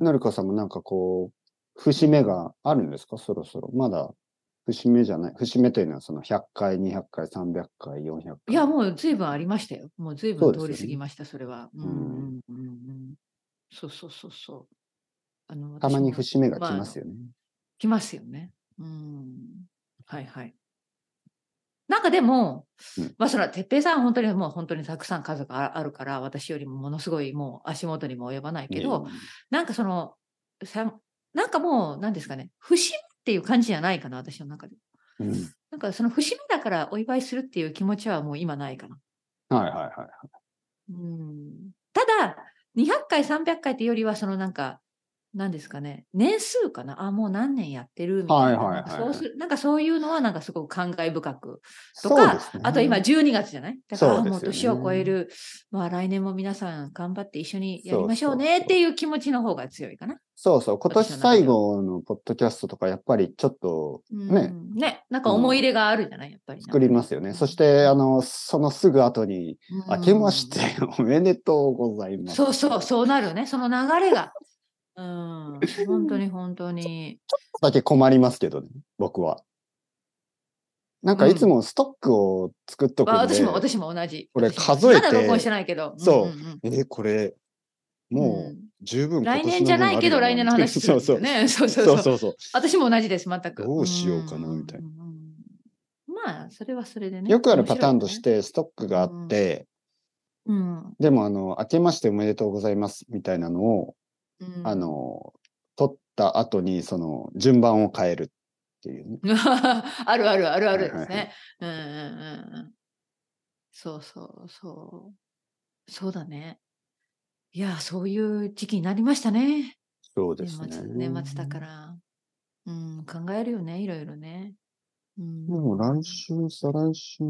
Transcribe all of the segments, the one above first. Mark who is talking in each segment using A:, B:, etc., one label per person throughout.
A: なるかさんもなんかこう、節目があるんですかそろそろ。まだ、節目じゃない。節目というのは、その100回、200回、300回、400回。
B: いや、もう随分ありましたよ。もう随
A: そう
B: 分
A: ですよ
B: 通
A: ね
B: り過ぎました、そ,、れは。うんうんうんうん。そうそうそうそう。あの
A: たまに
B: 私も
A: 節目が来ますよね。
B: 来ますよね。うん。はいはい。なんかでも、
A: うん
B: まあそら、哲平さんは本当にもう本当にたくさん数がああるから、私よりもものすごいもう足元にも及ばないけ
A: う
B: ど、
A: ん
B: なんかその、さなんかもう、なんですかね、節目っていう感じじゃないかな、私の中で。
A: うん
B: なんかその節目だからお祝いするっていう気持ちはもう今ないかな。
A: はいはいはい。
B: うんただ、200回、300回ってよりは、そのなんか、なんですかね、年数かな、あ、もう何年やってるみたいな、
A: はいはいはいはい
B: なんかそうするなんかそういうのは、なんかすごく感慨深く、と
A: そう
B: か
A: ですね。
B: あと今、12月じゃないだから、
A: そう
B: あ
A: ですよね
B: もう年を超える、まあ来年も皆さん頑張って一緒にやりましょう
A: そうそう
B: ね
A: そう
B: っていう気持ちの方が強いかな。
A: そうそう、今年
B: 私の中では
A: 最後のポッドキャストとか、やっぱりちょっと
B: うん
A: ね
B: ね、なんか思い入れがあるじゃない、やっぱりな。
A: 作りますよね。そして、あの、そのすぐ後に、
B: うん
A: 明けましておめでとうございます。
B: そうそう、そうなるね、その流れが。うん、本当に本当に。
A: だけ困りますけどね、僕は。なんかいつもストックを作っとくんで、
B: あ私も私も同じ。
A: これ
B: 私も
A: 数えて
B: まだ録音してないけど。
A: そうん
B: んん
A: え、これ、
B: う
A: も
B: ん
A: う十分今
B: 来
A: 年の
B: 年じゃないけど
A: 分あ
B: 来
A: るよ
B: 年 の話するんですよね。そうそうそう。
A: そうそうそう
B: 私も同じです、全く。
A: どうしようかなみたい
B: な。まあ、それはそれでね。
A: よくあるパターンとし
B: 面
A: て、ストックがあって、
B: 白いよね。
A: でも、あの、明けましておめでとうございますみたいなのを、
B: うん。うん
A: あ。の、取った後に、その、順番を変えるっていうね。
B: あるあるあるあるです
A: はい
B: ね。うんうんうんうん。そうそうそう。そうだね。いや、そういう時期になりましたね。
A: そう
B: 年末年末だか。ら、うん、考えるよね、いろいろね。うん、
A: でも来週、再来週、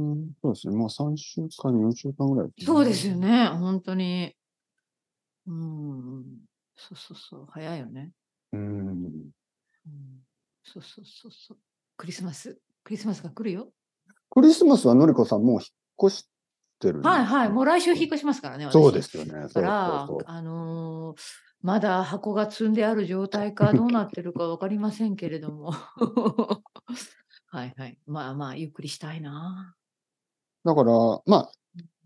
A: そうですね。まあ3週間、4週間ぐらい、
B: そうですよ。ね、本当に。うん、そうそうそう、早いよね。
A: うん。
B: うん、そうそうそうそう。クリスマス、クリスマスが来るよ。
A: クリスマスはのりこさんもう引っ越してるんです
B: はいはい、もう来週引っ越しますからね。私
A: そうで。すよね。そ
B: だか
A: う
B: ら
A: そう、そ
B: あのーまだ箱が積んである状態かどうなってるかわかりませんけれども。 はいはい。まあまあ、ゆっくりしたいな。
A: うだから、まあ、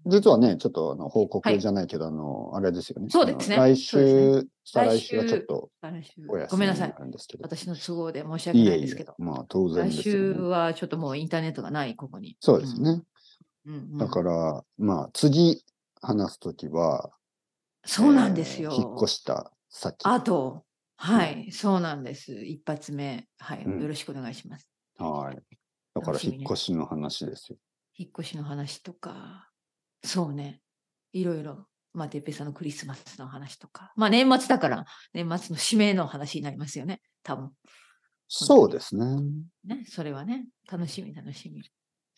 A: 実はね、ちょっとあの報告じゃないけど、あの、あれですよね。
B: そうですね
A: あの来
B: そうで
A: 週、再来週はちょっと
B: 来週
A: お休み
B: ごめんなさい
A: に。るんですけど。
B: 私の都合で申し訳
A: い
B: な
A: え
B: いで
A: い
B: すけ
A: え
B: ど。、
A: まあ当然
B: 来
A: ですよ
B: 週
A: ね。
B: はちょっともうインターネットがない、ここに。
A: そうですね。
B: うんうん
A: だから、まあ次話すときは、
B: そうなんですよ。
A: えー引っ越した先。
B: あと、はい、そうなんです。一発目、はい、
A: うん
B: よろしくお願いします。
A: はい。だから
B: 楽しみ
A: 引っ
B: ね
A: 越しの話ですよ。
B: 引っ越しの話とか、そうね、いろいろ、まあ、てっぺいさんのクリスマスの話とか、まあ、年末だから、年末の締めの話になりますよね、多分
A: そうですね。
B: ね、それはね、楽しみ、楽しみ。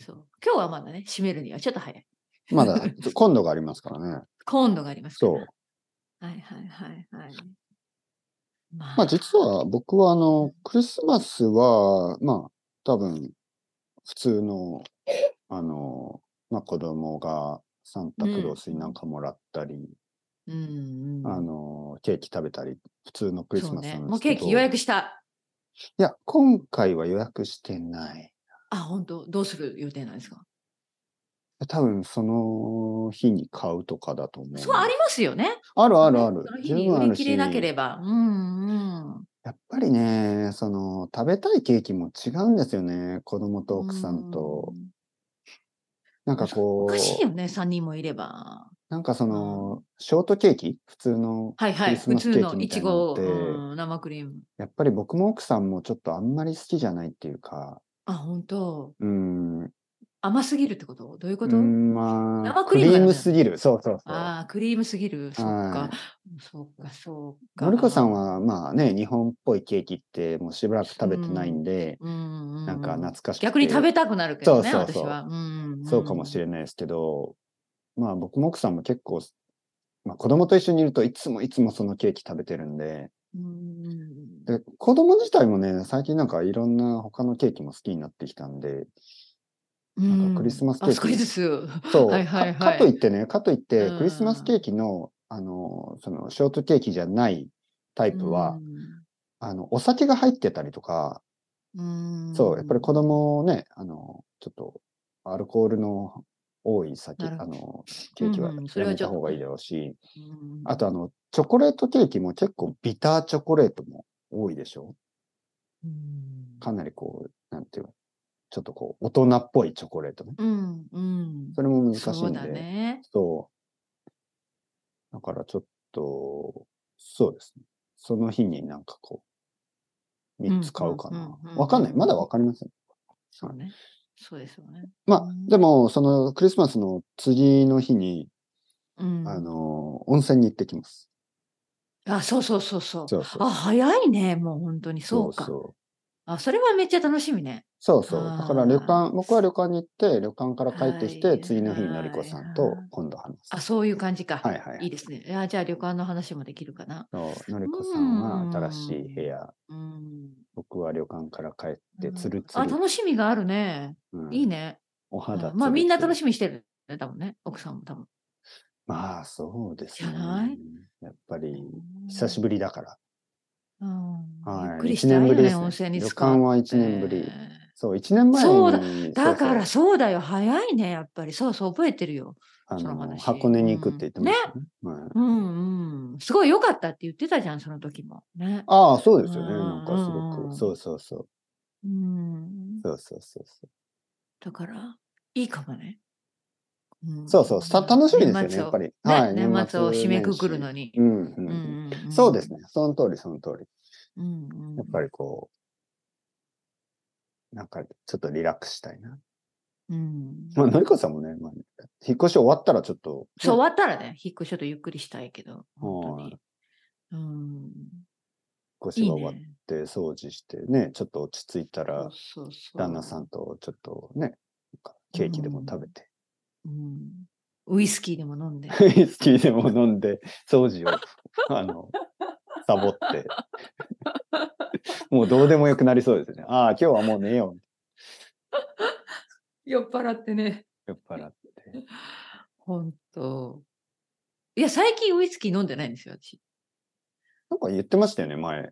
B: そう。今日はまだね、締めるにはちょっと早い。
A: まだ今度がありますからね。
B: 今度がありますから。
A: そう。
B: はいはいはいはい。ま
A: まあ実は僕はあの、クリスマスは、まあ多分普通の、あの、まあ子供がサンタクロースになんかもらったり、
B: うんうん、
A: あの、ケーキ食べたり、普通のクリス
B: そう
A: マス
B: ね。
A: なん
B: も
A: で
B: う
A: す
B: ケ
A: けど。
B: ーキ予約した。
A: いや、今回は予約してない。
B: あ、本当どうする予定なんですか、
A: 多分その日に買うとかだと思う。
B: そうありますよね。
A: あるあるある
B: その。日
A: 十
B: に
A: 分あ
B: 売り
A: る
B: 切
A: し。
B: れなけ
A: や
B: れば。うんうん。
A: っぱりね、その食べたいケーキも違うんですよね。子供と奥さんと
B: う。ん。
A: なんかこ、
B: おかしいうよね、3人もいれば。
A: なんかその
B: う、
A: ショートケーキ普通の、
B: はいは
A: ク
B: い。
A: リス
B: 普
A: マス
B: 通
A: ケーキ
B: のい
A: みた
B: ち
A: いなの
B: ご、
A: って
B: うん生クリーム。
A: やっぱり僕も奥さんもちょっとあんまり好きじゃないっていうか、
B: あ、本当
A: うん、う
B: 甘すぎるってことどういうこと、
A: んまあ、
B: 生
A: ク
B: クリ
A: リ
B: ー
A: ー
B: ムがダメなの
A: ムすぎる。そうそうそう。
B: ああ、クリームすぎる。そっ
A: は
B: か
A: い。
B: そうか、そうか。
A: のりこさんは、まあね、日本っぽいケーキってもうしばらく食べてないんで、
B: うんうう、
A: なんか懐かしくて
B: 逆に食べたくなるけどね、
A: そうそうそう
B: 私は。うんん
A: そうかもしれないですけど、まあ僕も奥さんも結構、まあ子供と一緒にいるといつもいつもそのケーキ食べてるんで、
B: うんうん
A: で子供自体もね、最近なんかいろんな他のケーキも好きになってきたんで、
B: うん
A: なんかクリスマスケーキ
B: あ少しずつ。
A: そう、
B: はいはいはい
A: かかといってね、かといって
B: うん
A: クリスマスケーキの、あの、そのショートケーキじゃないタイプは、
B: う
A: あの、お酒が入ってたりとか、
B: ん、
A: そう、やっぱり子
B: の、
A: 供をね、あの、ちょっと、アルコールの多い酒、
B: なる
A: あ
B: ほど
A: の、ケーキは
B: うんうんそれ
A: や
B: は
A: め
B: ちょ
A: た
B: っと
A: 方がいいだろうし、
B: うん
A: あとあの、チョコレートケーキも結構ビターチョコレートも多いでしょ
B: うん
A: かなりこう、なんていうの、ちょっとこう、大人っぽいチョコレートね。
B: うんうん
A: それも難しいんで。
B: そうだね。
A: そう。だからちょっと、そうですね。その日になんかこう、
B: うん
A: 3つ買うかな
B: うんうんう。ん
A: わかんない。まだわかりません。
B: そうね。そうですよね。
A: ま
B: う
A: あ、
B: ん
A: でも、そのクリスマスの次の日に、
B: うん、
A: あの、温泉に行ってきます。
B: あ、そうそうそうそう。
A: そうそう。
B: あ、早いね。もう本当にそうか。
A: そう
B: あ、それはめっちゃ楽しみね。
A: そうそう
B: あ
A: そう。
B: ー
A: だから旅館、僕は旅館に行って、旅館から帰ってき
B: は
A: て、
B: い
A: 次の日にのりこさんと今度話
B: あ、
A: す。
B: そういう感じか。
A: はいはいはい
B: いいですね。いやじゃあ旅館の話もできるかな。
A: そうのりこさんは新しい部屋、
B: うん。
A: 僕は旅館から帰って、つるつ
B: あ、
A: る。
B: 楽しみがあるね。
A: うん
B: いいね。
A: お
B: うん
A: 肌
B: まあみんな楽
A: し
B: しみにしてるね。多分ね。奥さんも多分。
A: まあそうです
B: じ
A: ね
B: ゃない。
A: やっぱり久しぶりだから。
B: うん。
A: はい
B: ゆっくりし
A: 一
B: たい
A: 年
B: よ
A: ぶりで
B: ね。
A: すね
B: 温泉に
A: 旅
B: 浸かって
A: 館は一年ぶり。そう、1年前に。
B: そうだ
A: そう
B: だから
A: そう
B: そうだよ。早いね。やっぱり。そうそう。覚えてるよ。
A: あ
B: その
A: の
B: 話
A: 箱根に行くって言ってましたね。はい
B: うんうん。すごい良かったって言ってたじゃん、その時も。ね。
A: ああ、そうですよね。
B: うん
A: なんかす
B: うん
A: ご
B: うん
A: く。そうそうそう。
B: うん。
A: そうそうそうそう。
B: だから、いいかもね。うん
A: そうそう、さ楽しみですよ
B: 年
A: ね、
B: 末を
A: やっぱり。
B: ね年末を締めくくるのに。
A: 年末年始。うん
B: う
A: うんん
B: うんうん
A: そうですね、その通り、その通り。
B: うんうん
A: やっぱりこう、なんかちょっとリラックスしたいな。
B: うん
A: まあ、のりこさんもね、まあ、引っ越し終わったらちょっと、
B: そう、終わったらね、引っ越しちょっとゆっくりしたいけど、本当
A: は
B: に
A: い。
B: うん。
A: 引っ越
B: い
A: し
B: い
A: が終わっ
B: ね。
A: て掃除してね、ちょっと落ち着いた
B: そう
A: ら、
B: そうそう。
A: 旦那さんとちょっとね、なんかケーキでも食べて、
B: うん。ウイスキーでも飲んで。
A: ウイスキーでも飲んで、掃除 を、あの、サボって。もうどうでもよくなりそうですね。ああ、今日はもう寝よう。
B: 酔っ払ってね。
A: 酔っ払って。
B: 本当。いや、最近ウイスキー飲んでないんですよ、私。
A: なんか言ってましたよね、前。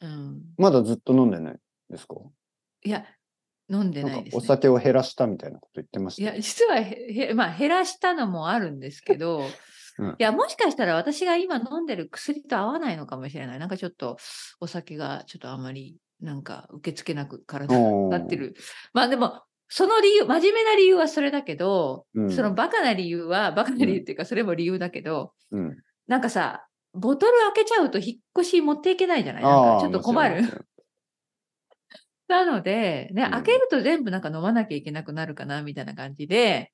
B: うん。
A: まだずっと飲んでないですか
B: いや、飲んで
A: な
B: なんい
A: か
B: です、ね。
A: お酒を減らしたみたいなこと言ってました
B: い
A: よ
B: や、
A: ね。
B: 実はへ、へまあ、減らしたのもあるんですけど、
A: うん
B: いや、もしかしたら私が今飲んでる薬と合わないのかもしれない。なんかちょっと、お酒がちょっとあまり、なんか受け付けなく体が
A: おー
B: なってる。まあでも、その理由、真面目な理由はそれだけど、
A: うん
B: そのバカな理由は、バカな理由っていうか、それも理由だけど、
A: うん。
B: なんかさ、ボトル開けちゃうと引っ越し持っていけないじゃないなん
A: あ
B: か
A: あ、
B: ちょっと困
A: もちろんもち。
B: る
A: ろん
B: なので、ね、
A: ん
B: 開けると全部なんか飲まなきゃいけなくなるかな、みたいな感じで、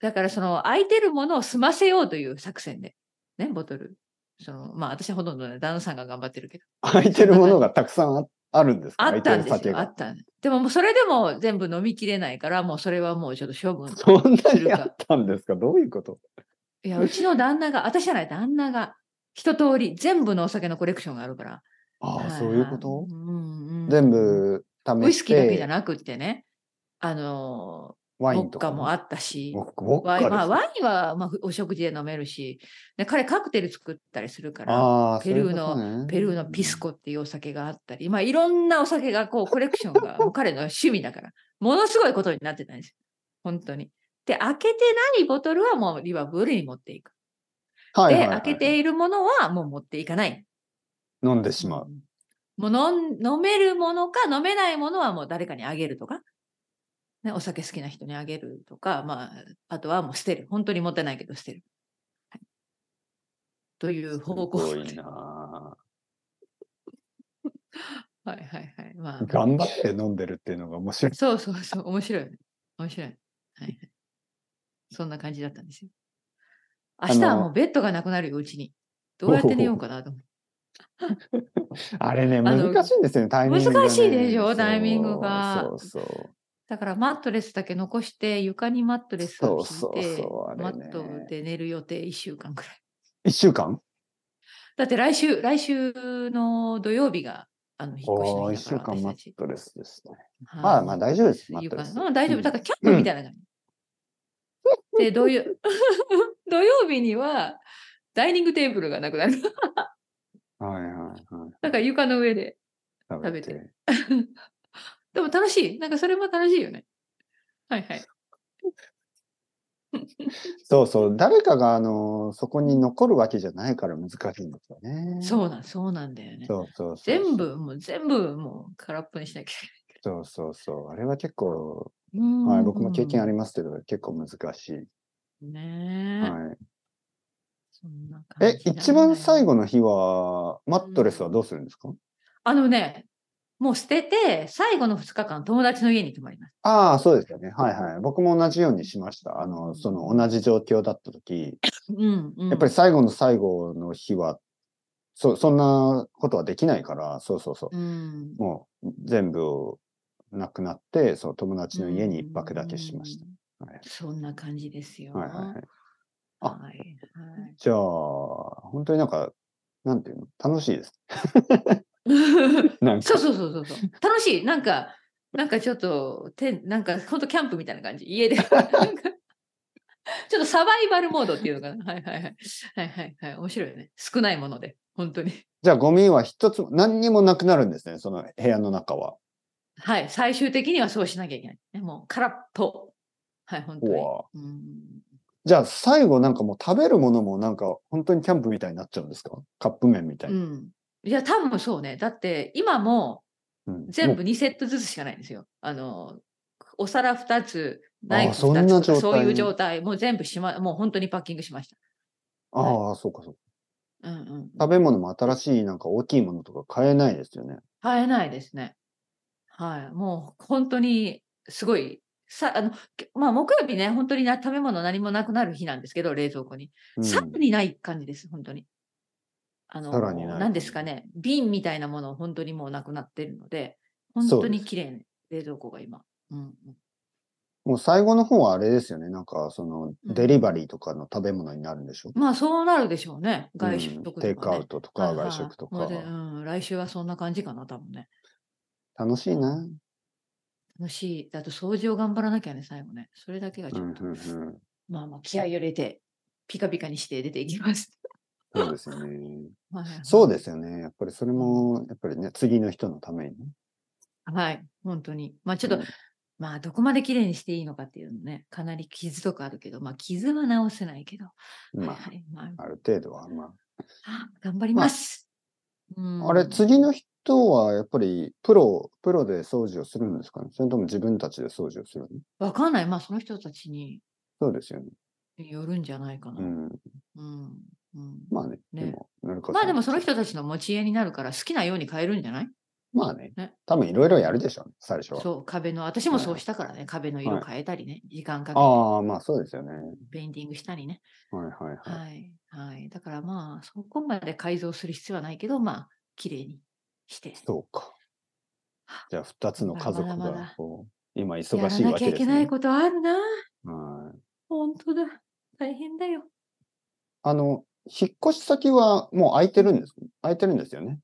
B: だからその空いてるものを済ませようという作戦で、ね、ボトル。その、まあ私はほとんどね、旦那さんが頑張ってるけど。
A: 空いてるものがたくさんああるんですか
B: あった
A: 空い
B: んです
A: てる酒
B: よ、あ
A: が。
B: ったんででももうそれでも全部飲みきれないから、もうそれはもうちょっと処 分。
A: そんな
B: する
A: に
B: か
A: あったんですかどういうこと
B: いや、うちの旦那が、私じゃない、旦那が、一通り全部のお酒のコレクションがあるから。
A: あ
B: は
A: あ、
B: は
A: そういうこと
B: うんうん
A: 全部試して。
B: ウイスキーだけじゃなくってね、あの
A: ワ
B: ー、
A: イ
B: ボ
A: ン
B: ッ
A: と
B: カ
A: か
B: もあったし、
A: 僕僕
B: ワインまあ、
A: あ
B: ワインは、まあ、ふお食事で飲めるし、で彼カクテル作ったりするから、
A: あー
B: ペルーの
A: そういうことね
B: ペルーのピスコっていうお酒があったり、まあ、いろんなお酒がこうコレクションが もう彼の趣味だから、ものすごいことになってたんですよ。本当に。で、開けてないボトルはもうリバブルに持っていく。
A: はいはい
B: で、
A: はい
B: 開けているものはもう持っていかない。
A: 飲んでしまう。
B: うん。もう飲ん飲めるものか飲めないものはもう誰かにあげるとか、ね、お酒好きな人にあげるとか、まあ、あとはもう捨てる。本当に持ってないけど捨てる。はいという
A: す
B: 方向
A: ご
B: で
A: いな
B: はいはいはい。ま
A: ぁ
B: あ、
A: 頑張って飲んでるっていうのが面白い。
B: そうそうそう、面白いよね。面白い。はいはい。そんな感じだったんですよ。明日はもうベッドがなくなるよ、うちに。どうやって寝ようかなと思って。
A: あれね、
B: あの
A: 難しいんですよね、タイミングがね、
B: 難しいでしょ
A: そう
B: タイミングが
A: そうそう。
B: だからマットレスだけ残して、床にマットレスを敷いて、
A: そうそうそうあれね
B: マットで寝る予定1週間くらい。
A: 1週間
B: だって来週、来週の土曜日が、あの、引っ越し
A: お
B: の
A: ー
B: 日
A: 一
B: だ
A: 週
B: か
A: 間
B: ら
A: マ
B: 私
A: ッ
B: たち。
A: トレスですね。
B: はい
A: まあまあ大丈夫です、マット
B: 床
A: レス。
B: うん、大丈夫。だからキャン
A: う
B: プ
A: ん
B: みたいな感じ。で、土曜 土曜日には、ダイニングテーブルがなくなる。
A: はい
B: なんか床の上で。
A: 食べ
B: 食べ
A: て。
B: でも楽しい。なんかそれも楽しいよね。はいはい。
A: そうそう、誰かが、あの、そこに残るわけじゃないから難しいんですよね。
B: そうなん、そうなんだよね。
A: そうそうそう
B: 全部、もう全部、もう空っぽにしなきゃい
A: そうそうそう。あれは結構、
B: けない。
A: はい、僕も経験あ
B: り
A: りますけど、結構難しい。
B: ねえ。
A: は、
B: そんない感
A: え
B: じ、なんだよ
A: 一番最後の日は、マットレスはどうするんですか、
B: あのね、もう捨てて、最後の2日間、友達の家に泊まります。
A: ああ、そうですよね。はいはい。僕も同じようにしました。あの、その同じ状況だった時、
B: うん、うん。
A: やっぱり、最後の最後の日は、そ、そんなことはできないから、そうそうそう。
B: うん。
A: もう全部なくなって、そう、友達の家に一泊だけしました。
B: うん
A: はい
B: そんな感じですよ。
A: はいはいはい。あ
B: はいはい
A: じゃあ、本当になんか、なんていうの楽しいです。なんか
B: そうそうそうそうそう。楽しい。なんか、なんかちょっと、てなんか本当キャンプみたいな感じ。家で。なんかちょっとサバイバルモードっていうのかな。はいはいはい。はいはいはい。面白いよね。少ないもので、本当に。
A: じゃあ、ゴミは一つも、何にもなくなるんですね、その部屋の中は。
B: はい。最終的にはそうしなきゃいけない。ねもう空っぽ。はい、本当に。
A: わあ
B: うん
A: じゃあ、最後なんかもう食べるものもなんか、本当にキャンプみたいになっちゃうんですかカップ麺みたいうな。
B: ん。いや、多分そうね。だって、今も
A: うん
B: 全
A: も
B: 部2セットずつしかないんですよ。あの、お皿2つ、ナイフ2つ
A: そんな状態
B: そういう状態。もう全部しま、もう本当にパッキングしました。
A: うああ、そうかそうか。
B: うんうん。
A: 食べ物も新しいなんか大きいものとか買えないですよね。
B: 買えないですね。はい。もう本当にすごい。さあのけまあ、木曜日ね、本当にな食べ物何もなくなる日なんですけど、冷蔵庫に。
A: うん
B: さらにない感じです、本当に。あの、
A: さらにない
B: 何ですかね、瓶みたいなもの、本当にもうなくなってるので、本
A: そう
B: 当
A: です
B: に綺麗な冷蔵庫が今。うんうん
A: もう最後の方はあれですよね。なんか、その、
B: うん
A: デリバリーとかの食べ物になるんでしょ
B: まあ、そうなるでしょうね、外
A: う
B: 食
A: ん
B: とか、ね
A: テイクアウトと
B: は
A: か
B: いはい
A: 外食と
B: も
A: か
B: う。でうん。来週はそんな感じかな、多分ね。
A: 楽しいな。
B: 楽しい。あと、掃除を頑張らなきゃね、最後ね。それだけがち
A: う
B: ょ
A: ん、
B: っと、
A: うん、うん。
B: まあまあ、気合い入れて、ピカピカにして出ていきます。
A: そうですよね。
B: はいはいはい
A: そうですよね。やっぱりそれも、やっぱりね、次の人のためにね。
B: はい、本当に。まあ、ちょっと、
A: うん
B: まあ、どこまで綺麗にしていいのかっていうのね、かなり傷とかあるけど、まあ、傷は治せないけど、
A: まあ
B: はいはいまあ
A: ある程度は、ま
B: あ頑張ります。うん
A: あ。あれ、次の人はやっぱりプロ、プロで掃除をするんですかねそれとも自分たちで掃除をするの
B: わかんない。まあ、その人たちに
A: そうですよね。
B: よるんじゃないかな。
A: う
B: うん。
A: ん。
B: うん
A: まあね、
B: ね
A: でも、なるか
B: まあでもその人たちの持ち家になるから好きなように変えるんじゃない
A: まあね
B: ね、
A: 多分いろいろやるでしょうね、最初は。
B: そう壁の私もそうしたからね、壁の色
A: はい
B: 変えたりね時間かけて
A: ああ、まあそうですよね。
B: ペインティングしたりね
A: はいはいはい。
B: はい、はい。だからまあ、そこまで改造する必要はないけど、まあ、綺麗にして。
A: そうか。じゃあ、二つの家族
B: まだまだ
A: が、こう、今
B: や
A: 忙
B: ら
A: しい
B: な
A: わ
B: き
A: け
B: ゃい
A: で
B: け
A: す
B: な
A: ね
B: い。ことあるな。
A: はい
B: 本当だ。大変だよ。
A: あの、引っ越し先はもう空いてるんです空いてるんですよね。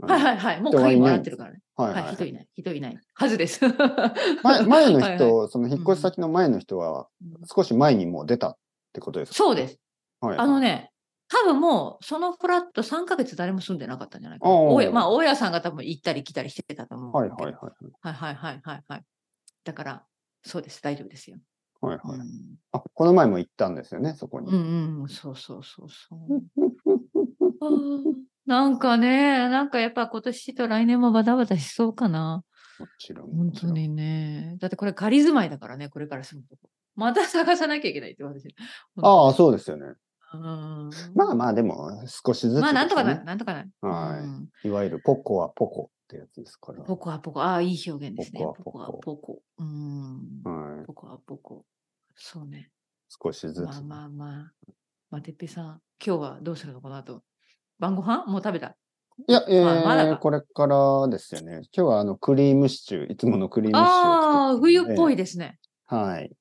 B: はいはいはい。もう鍵もらってるからね。
A: はい
B: はい、
A: は
B: 人
A: い。
B: いない。人いない。はずです。
A: 前前の人、
B: はいは
A: その引っ越し先の前の人は、少し前にもう出たってことですか
B: そうです。
A: はいはい
B: あのね、多分もう、そのフラット3ヶ月誰も住んでなかったんじゃないかな。
A: ああ
B: 大家まあ、大家さんが多分行ったり来たりしてたと思う。
A: はいはいはい。
B: はいはいはいはいはい。だから、そうです。大丈夫ですよ。
A: はいは
B: う
A: い。
B: ん
A: あ、この前も行ったんですよね、そこ
B: う
A: に。
B: んうん、そうそうそう そう。あーなんかね、なんかやっぱ今年と来年もバタバタしそうかな。
A: もちろん。
B: 本当にね。だってこれ仮住まいだからね、これから住むとこ。また探さなきゃいけないって私。
A: ああ、そうですよね。
B: うん
A: まあまあ、でも、少しずつ、
B: まあなんとかなる、。なんとかなる。
A: はい
B: うん
A: いわゆるポコはポコってやつですから。
B: ポコはポコ。ああ、いい表現ですね。
A: ポコは
B: ポコは
A: ポコ
B: ポコ。うん。
A: はい。
B: ポコはポコ。そうね。
A: 少しずつ。
B: まあまあまあ。まあ、てっぺいさん、今日はどうするのかなと。晩ご飯もう食べた
A: いや、え
B: まあまだ
A: ー
B: か
A: これからですよね。今日はあの、クリームシチュー、いつものクリームシチュー
B: ああ、冬っぽい
A: で。
B: ですね。
A: はい。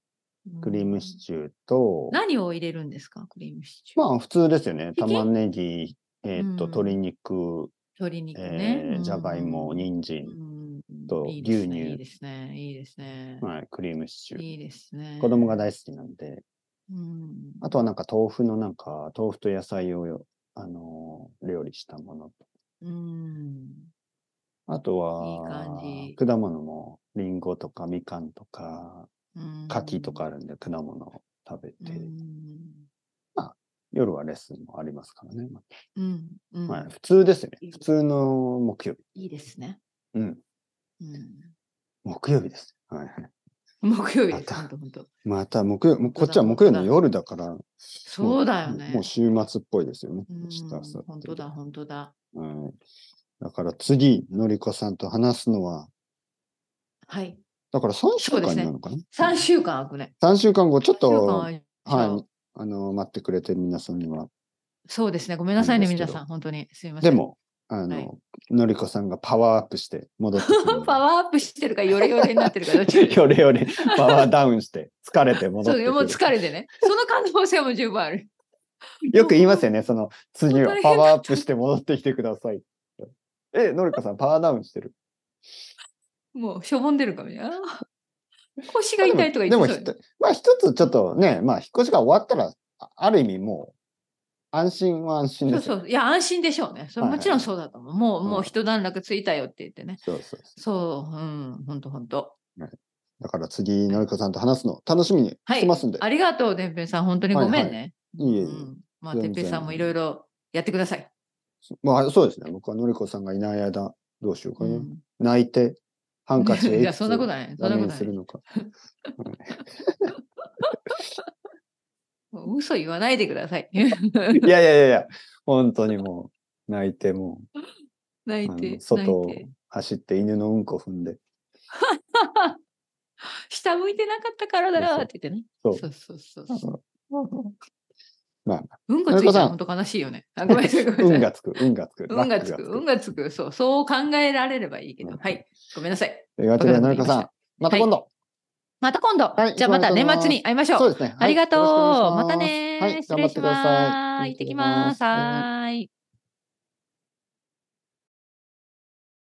A: クリームシ
B: ュー。
A: チューと、
B: 何を入れるんですか、クリームシチュー。
A: まあ普通ですよね。
B: ひき
A: 玉ねぎ、えーっと、
B: うん
A: 鶏肉、
B: 鶏肉ね。
A: えーじゃがいも、
B: うん
A: 人参、
B: うん
A: と
B: いいですね
A: 牛乳
B: いいですね。いいですね。
A: はい、クリームシチュー。
B: いいですね。
A: 子供が大好きなんで。
B: うん。
A: あとはなんか豆腐のなんか、豆腐と野菜を、あのー料理したもの
B: うん。
A: あと
B: いい感
A: は、
B: じ
A: 果物も、リンゴとかみかんとか、
B: うん
A: 柿とかあるんで、果物を食べて、
B: うん
A: 夜はレッスンもありますからね。
B: うんうん
A: まあ、普通ですね
B: いい。
A: 普通の木曜日。
B: いいですね。
A: うん。
B: うん
A: 木曜日です。はいはい。
B: 木曜日
A: ま
B: です。
A: た
B: 本当本当。
A: また木曜、もうこっちは木曜の夜だから、も
B: そうだよね。
A: もう週末っぽいですよね。
B: うん
A: 明日
B: 本当だ、。本当だ。
A: 明後日はい。だから次、のりこさんと話すのは、
B: はい。
A: だから3週
B: そうで
A: 間
B: すね
A: なのかな、
B: 3週間空くね。
A: 三週間後、ちょっ
B: 三週間
A: と
B: 空いちゃう
A: はい。あの、待ってくれてる皆さんには。
B: そうですね。ごめんなさいね、
A: なんですけ
B: 皆
A: ど
B: さん。本当に。すいませ
A: で
B: ん。
A: も、あの、
B: はい
A: のりこさんがパワーアップして戻ってくるので。
B: パワーアップしてるか、よれよれになってるか、どっちか
A: よれよれ、パワーダウンして、疲れて戻って
B: そ
A: く
B: う、
A: る。
B: もう疲れてね。その可能性も十分ある。
A: よく言いますよね、その、次は
B: 本当に
A: パワーアップして戻ってきてください。え、のりこさん、パワーダウンしてる。
B: もう、しょぼんでるかもしれない。腰が痛いとか言って
A: でも、
B: そ
A: で
B: う
A: も
B: よ
A: ひとまあ、一つちょっとね、まあ、引っ越しが終わったら、あある意味もう、安心は安心
B: そ
A: で
B: う
A: す
B: そ
A: よね。
B: う。いや、安心でしょうね。それ
A: はいはい
B: もちろんそうだと思う。もう、
A: うん
B: もう一段落ついたよって言ってね。
A: そうそう
B: そう、うん、ほんとほんと。
A: だから次、のりこさんと話すの楽しみにしてますんで。
B: ありがとう、てんぺいさん。本当にごめんね。
A: いえいえ
B: うんまあ、
A: 全然
B: てんぺいさんもいろいろやってください。
A: まあ、そうですね。僕はのりこさんがいない間、どうしようか
B: う
A: な。
B: ん
A: 泣いて、ハンカチを
B: い
A: い
B: や、
A: くつ
B: そんなことない。そ
A: ダ
B: ん
A: メ
B: なこ
A: に
B: と
A: する
B: ない。
A: のか。
B: もう嘘言わないでくだ さい。
A: いやいやいやいや、本当にもう、泣いても
B: 泣
A: う、
B: い
A: あ
B: て
A: の、外
B: 泣い
A: を
B: て。
A: 走って犬のうんこ踏んで、
B: 下向いてなかったからだ
A: そうそう
B: って言ってね。
A: そ
B: そううそうそうそう。
A: まあ、
B: うんこ
A: のり
B: つい
A: こさ
B: た
A: ん
B: ら本当悲しいよね。あごめんなさい、ごめん
A: 運
B: なさ
A: が
B: い。
A: つく、運がつく。
B: 運がつく、運
A: が
B: がつく、そう、そう考えられればいいけ
A: う
B: ど。
A: ん
B: はい、ごめんなさい。
A: というわけで、のりこさ
B: バ
A: ん、また今度。
B: また今度、
A: はい
B: じゃあまた
A: あり
B: 年
A: がとうございます
B: 末に会いましょう。
A: そうですね。はい
B: ありがとう。
A: よろしくお願いし
B: また
A: す
B: ね、
A: はい、
B: 失
A: 頑張
B: 礼
A: っ
B: し
A: く
B: て
A: ださい。
B: ます。行ってきます。はーい。